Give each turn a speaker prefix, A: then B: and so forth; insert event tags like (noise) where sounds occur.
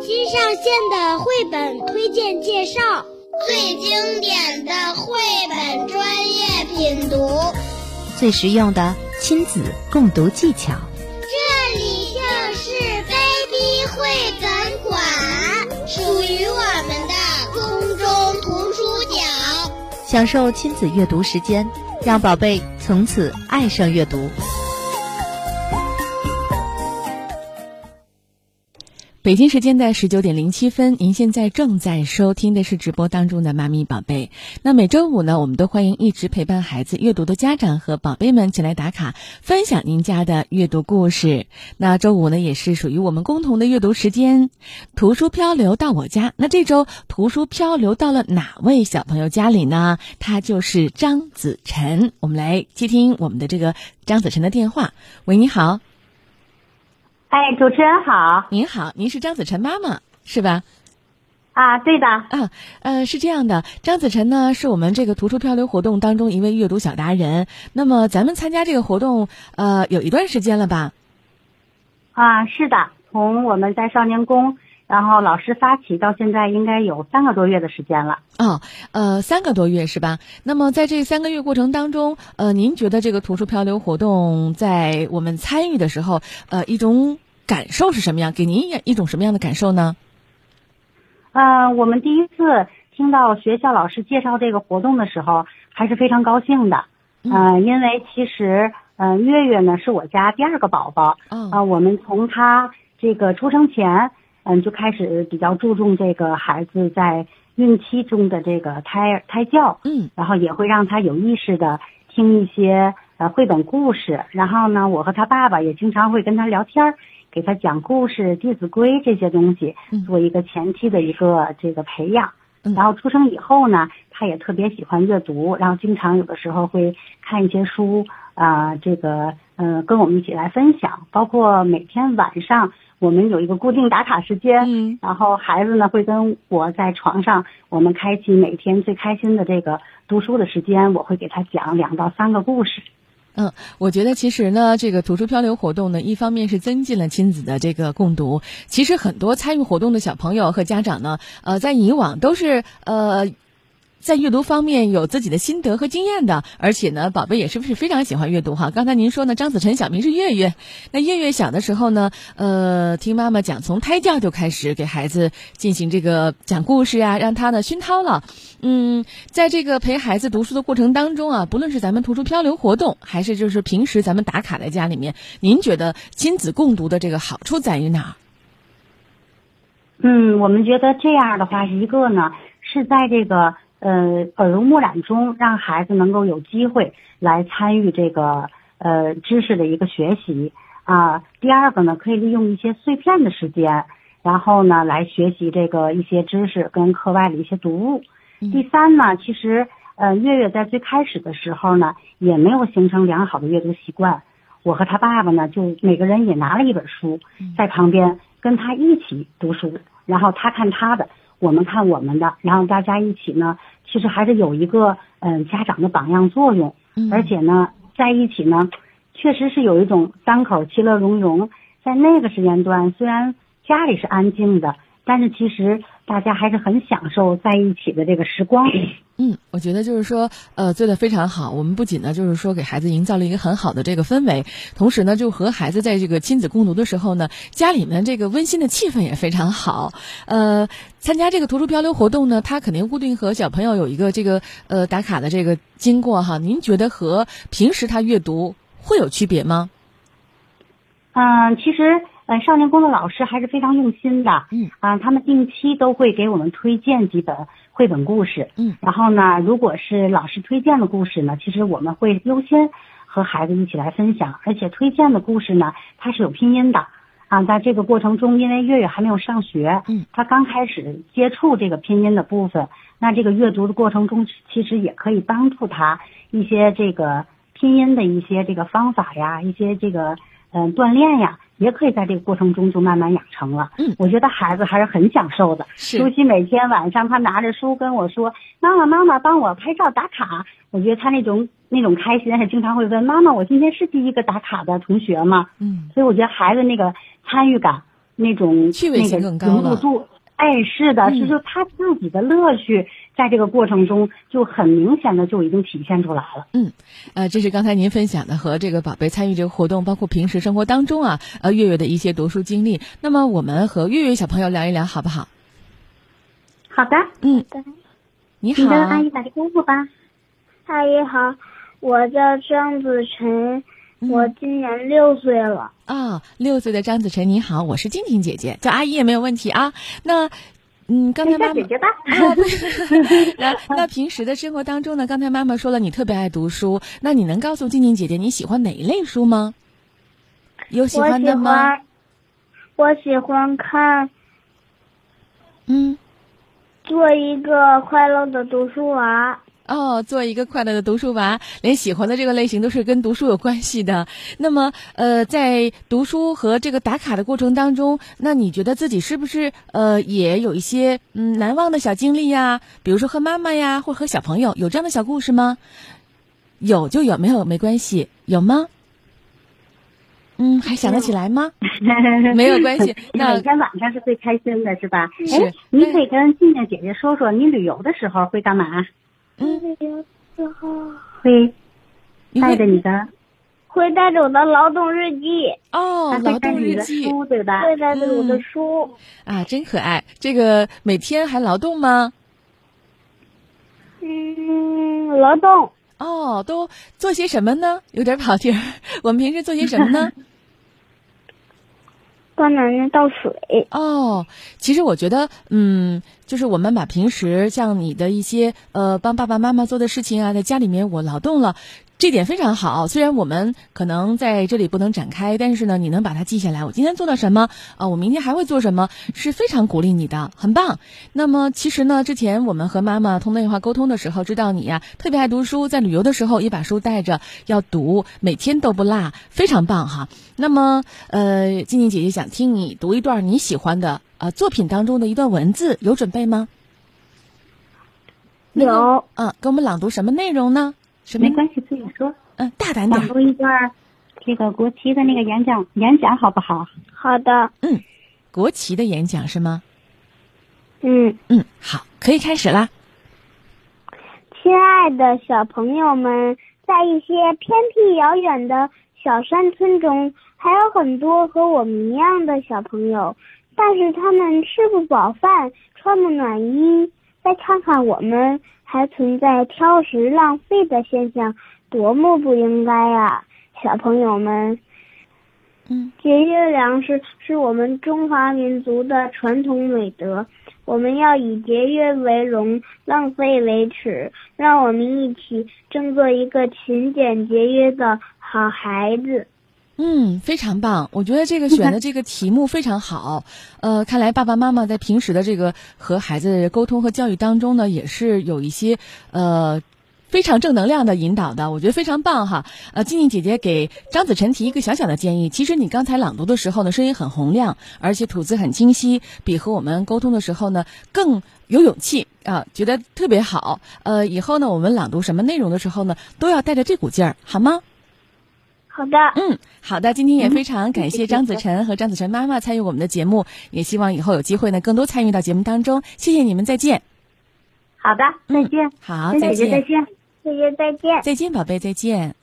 A: 新上线的绘本推荐介绍，
B: 最经典的绘本专业品读，
C: 最实用的亲子共读技巧。
B: 这里就是 baby 绘本馆，属于我们的空中图书角。
C: 享受亲子阅读时间，让宝贝从此爱上阅读。
D: 北京时间的十九点零七分，您现在正在收听的是直播当中的妈咪宝贝。那每周五呢，我们都欢迎一直陪伴孩子阅读的家长和宝贝们前来打卡，分享您家的阅读故事。那周五呢，也是属于我们共同的阅读时间。图书漂流到我家，那这周图书漂流到了哪位小朋友家里呢？他就是张子晨。我们来接听我们的这个张子晨的电话。喂，你好。
E: 哎，主持人好
D: 您好，您是张子晨妈妈是吧？
E: 啊，对的，
D: 啊，呃，是这样的，张子晨呢是我们这个图书漂流活动当中一位阅读小达人。那么咱们参加这个活动，呃，有一段时间了吧？
E: 啊，是的，从我们在少年宫，然后老师发起到现在，应该有三个多月的时间了。
D: 哦，呃，三个多月是吧？那么在这三个月过程当中，呃，您觉得这个图书漂流活动在我们参与的时候，呃，一种感受是什么样？给您一一种什么样的感受呢？
E: 呃，我们第一次听到学校老师介绍这个活动的时候，还是非常高兴的。呃，因为其实，呃，月月呢是我家第二个宝宝。
D: 嗯、
E: 啊，我们从他这个出生前，嗯，就开始比较注重这个孩子在孕期中的这个胎胎教，
D: 嗯
E: 然后也会让他有意识的听一些呃绘本故事。然后呢，我和他爸爸也经常会跟他聊天儿，给他讲故事、《弟子规》这些东西
D: 嗯，
E: 做一个前期的一个这个培养。
D: 嗯
E: 然后出生以后呢，他也特别喜欢阅读，然后经常有的时候会看一些书啊、这个呃跟我们一起来分享。包括每天晚上我们有一个固定打卡时间，
D: 嗯
E: 然后孩子呢会跟我在床上，我们开启每天最开心的这个读书的时间，我会给他讲两到三个故事。
D: 嗯，我觉得其实呢，这个图书漂流活动呢，一方面是增进了亲子的这个共读，其实很多参与活动的小朋友和家长呢，呃，在以往都是呃。在阅读方面有自己的心得和经验的，而且呢，宝贝也是不是非常喜欢阅读哈？刚才您说呢，张子晨小名是月月，那月月小的时候呢，呃，听妈妈讲，从胎教就开始给孩子进行这个讲故事啊，让他呢熏陶了。嗯，在这个陪孩子读书的过程当中啊，不论是咱们图书漂流活动，还是就是平时咱们打卡在家里面，您觉得亲子共读的这个好处在于哪儿？
E: 嗯，我们觉得这样的话，一个呢是在这个呃耳濡目染中，让孩子能够有机会来参与这个呃知识的一个学习啊、第二个呢，可以利用一些碎片的时间，然后呢来学习这个一些知识跟课外的一些读物。
D: 嗯
E: 第三呢，其实呃月月在最开始的时候呢，也没有形成良好的阅读习惯。我和他爸爸呢，就每个人也拿了一本书，在旁边跟他一起读书，然后他看他的，我们看我们的，然后大家一起呢，其实还是有一个嗯、呃家长的榜样作用，
D: 嗯
E: 而且呢，在一起呢，确实是有一种三口其乐融融。在那个时间段，虽然家里是安静的，但是其实大家还是很享受在一起的这个时光。
D: 嗯，我觉得就是说，呃，做的非常好。我们不仅呢，就是说给孩子营造了一个很好的这个氛围，同时呢，就和孩子在这个亲子共读的时候呢，家里面这个温馨的气氛也非常好。呃，参加这个图书漂流活动呢，它肯定固定和小朋友有一个这个呃打卡的这个经过哈。您觉得和平时他阅读会有区别吗？
E: 嗯，其实，呃，少年宫的老师还是非常用心的。
D: 嗯，
E: 啊，他们定期都会给我们推荐几本绘本故事。
D: 嗯，
E: 然后呢，如果是老师推荐的故事呢，其实我们会优先和孩子一起来分享，而且推荐的故事呢，它是有拼音的。啊，在这个过程中，因为月月还没有上学，
D: 嗯，
E: 他刚开始接触这个拼音的部分，那这个阅读的过程中，其实也可以帮助他一些这个拼音的一些这个方法呀，一些这个嗯、呃锻炼呀，也可以在这个过程中就慢慢养成了。
D: 嗯
E: 我觉得孩子还是很享受的，
D: 是
E: 尤其每天晚上他拿着书跟我说：“妈妈，妈妈，帮我拍照打卡。”我觉得他那种那种开心，而且经常会问妈妈：“我今天是第一个打卡的同学吗？”
D: 嗯
E: 所以我觉得孩子那个参与感那种
D: 趣味性更高
E: 那个
D: 了嗯
E: 融入度。哎，是的，是就他自己的乐趣，在这个过程中就很明显的就已经体现出来了。
D: 呃，这是刚才您分享的和这个宝贝参与这个活动，包括平时生活当中啊，呃，月月的一些读书经历。那么我们和月月小朋友聊一聊好不好？
E: 好 (laughs) 的，
D: 嗯
A: 好的，
D: 你
E: 你跟阿
D: 好，
E: 姨打个招呼吧。
A: 阿姨好，我叫张子晨，
D: 嗯
A: 我今年六岁了。
D: 啊，六岁的张子晨你好，我是静婷姐姐，叫阿姨也没有问题啊。那，嗯，刚才
E: 叫
D: 妈
E: 姐
D: 妈。
E: 姐吧。
D: 啊，对 (laughs) 那那平时的生活当中呢，刚才妈妈说了，你特别爱读书，那你能告诉静静姐姐你喜欢哪一类书吗？有喜
A: 我
D: 欢
A: 喜
D: 的吗？
A: 欢，我喜欢看《
D: 嗯，
A: 做一个快乐的读书娃
D: 哦，做一个快乐的读书娃，连喜欢的这个类型都是跟读书有关系的。那么，呃，在读书和这个打卡的过程当中，那你觉得自己是不是呃也有一些嗯难忘的小经历呀？比如说和妈妈呀，或者和小朋友有这样的小故事吗？有就有，没有没关系，有吗？嗯，还想得起来吗？没有关系那
E: 每天晚上是最开心的，是吧？
D: 是
E: 哎，你可以跟静静姐姐说说，你旅游的时候会干嘛？》。
A: 嗯，之后
E: 会
D: 你
E: 带着
D: 会
E: 你的，
A: 会带着我的劳动日记，
D: 哦
E: 还，
D: 劳
E: 啊会带着
D: 动
E: 你
D: 日
E: 的
D: 记
E: 书，对吧？
A: 会带着我的
D: 嗯
A: 书。
D: 啊，真可爱。这个每天还劳动吗？
A: 嗯，劳动
D: 哦，都做些什么呢？有点跑题儿。 (laughs) 我们平时做些什么呢？
A: 帮奶奶倒水。
D: 哦，其实我觉得，嗯，就是我们把平时像你的一些呃帮爸爸妈妈做的事情啊，在家里面我劳动了。这点非常好，虽然我们可能在这里不能展开，但是呢，你能把它记下来。我今天做了什么啊、我明天还会做什么，是非常鼓励你的，很棒。那么其实呢，之前我们和妈妈通电话沟通的时候，知道你呀、特别爱读书，在旅游的时候也把书带着要读，每天都不落，非常棒哈。那么呃，静静姐姐想听你读一段你喜欢的啊、呃作品当中的一段文字，有准备吗？能够
A: 有
D: 嗯，给我们朗读什么内容呢？什么
E: 没？关系，自己说。
D: 嗯，大胆点
E: 朗
D: 儿。
E: 读一段这个国旗的那个演讲演讲好不好？
A: 好的，
D: 国旗的演讲是吗？
A: 嗯，
D: 嗯，好，可以开始啦。
A: 亲爱的小朋友们，在一些偏僻遥远的小山村中，还有很多和我们一样的小朋友，但是他们吃不饱饭，穿不暖衣。再看看我们，还存在挑食浪费的现象，多么不应该啊！小朋友们，
D: 嗯，
A: 节约粮食是我们中华民族的传统美德，我们要以节约为荣，浪费为耻。让我们一起争做一个勤俭节约的好孩子。
D: 嗯，非常棒！我觉得这个选的这个题目非常好。呃，看来爸爸妈妈在平时的这个和孩子沟通和教育当中呢，也是有一些呃非常正能量的引导的，我觉得非常棒哈。呃，静静姐姐给张子晨提一个小小的建议，其实你刚才朗读的时候呢，声音很洪亮，而且吐字很清晰，比和我们沟通的时候呢更有勇气啊，觉得特别好。呃，以后呢，我们朗读什么内容的时候呢，都要带着这股劲儿，好吗？
A: 好的，
D: 嗯，好的，今天也非常感谢张子晨和张子晨妈妈参与我们的节目，也希望以后有机会呢更多参与到节目当中。谢谢你们，再见。
E: 好的，再见，
D: 好，
E: 跟
D: 再
E: 姐姐再
D: 见，
E: 见。
A: 谢谢，再见。
D: 再见，宝贝，再见。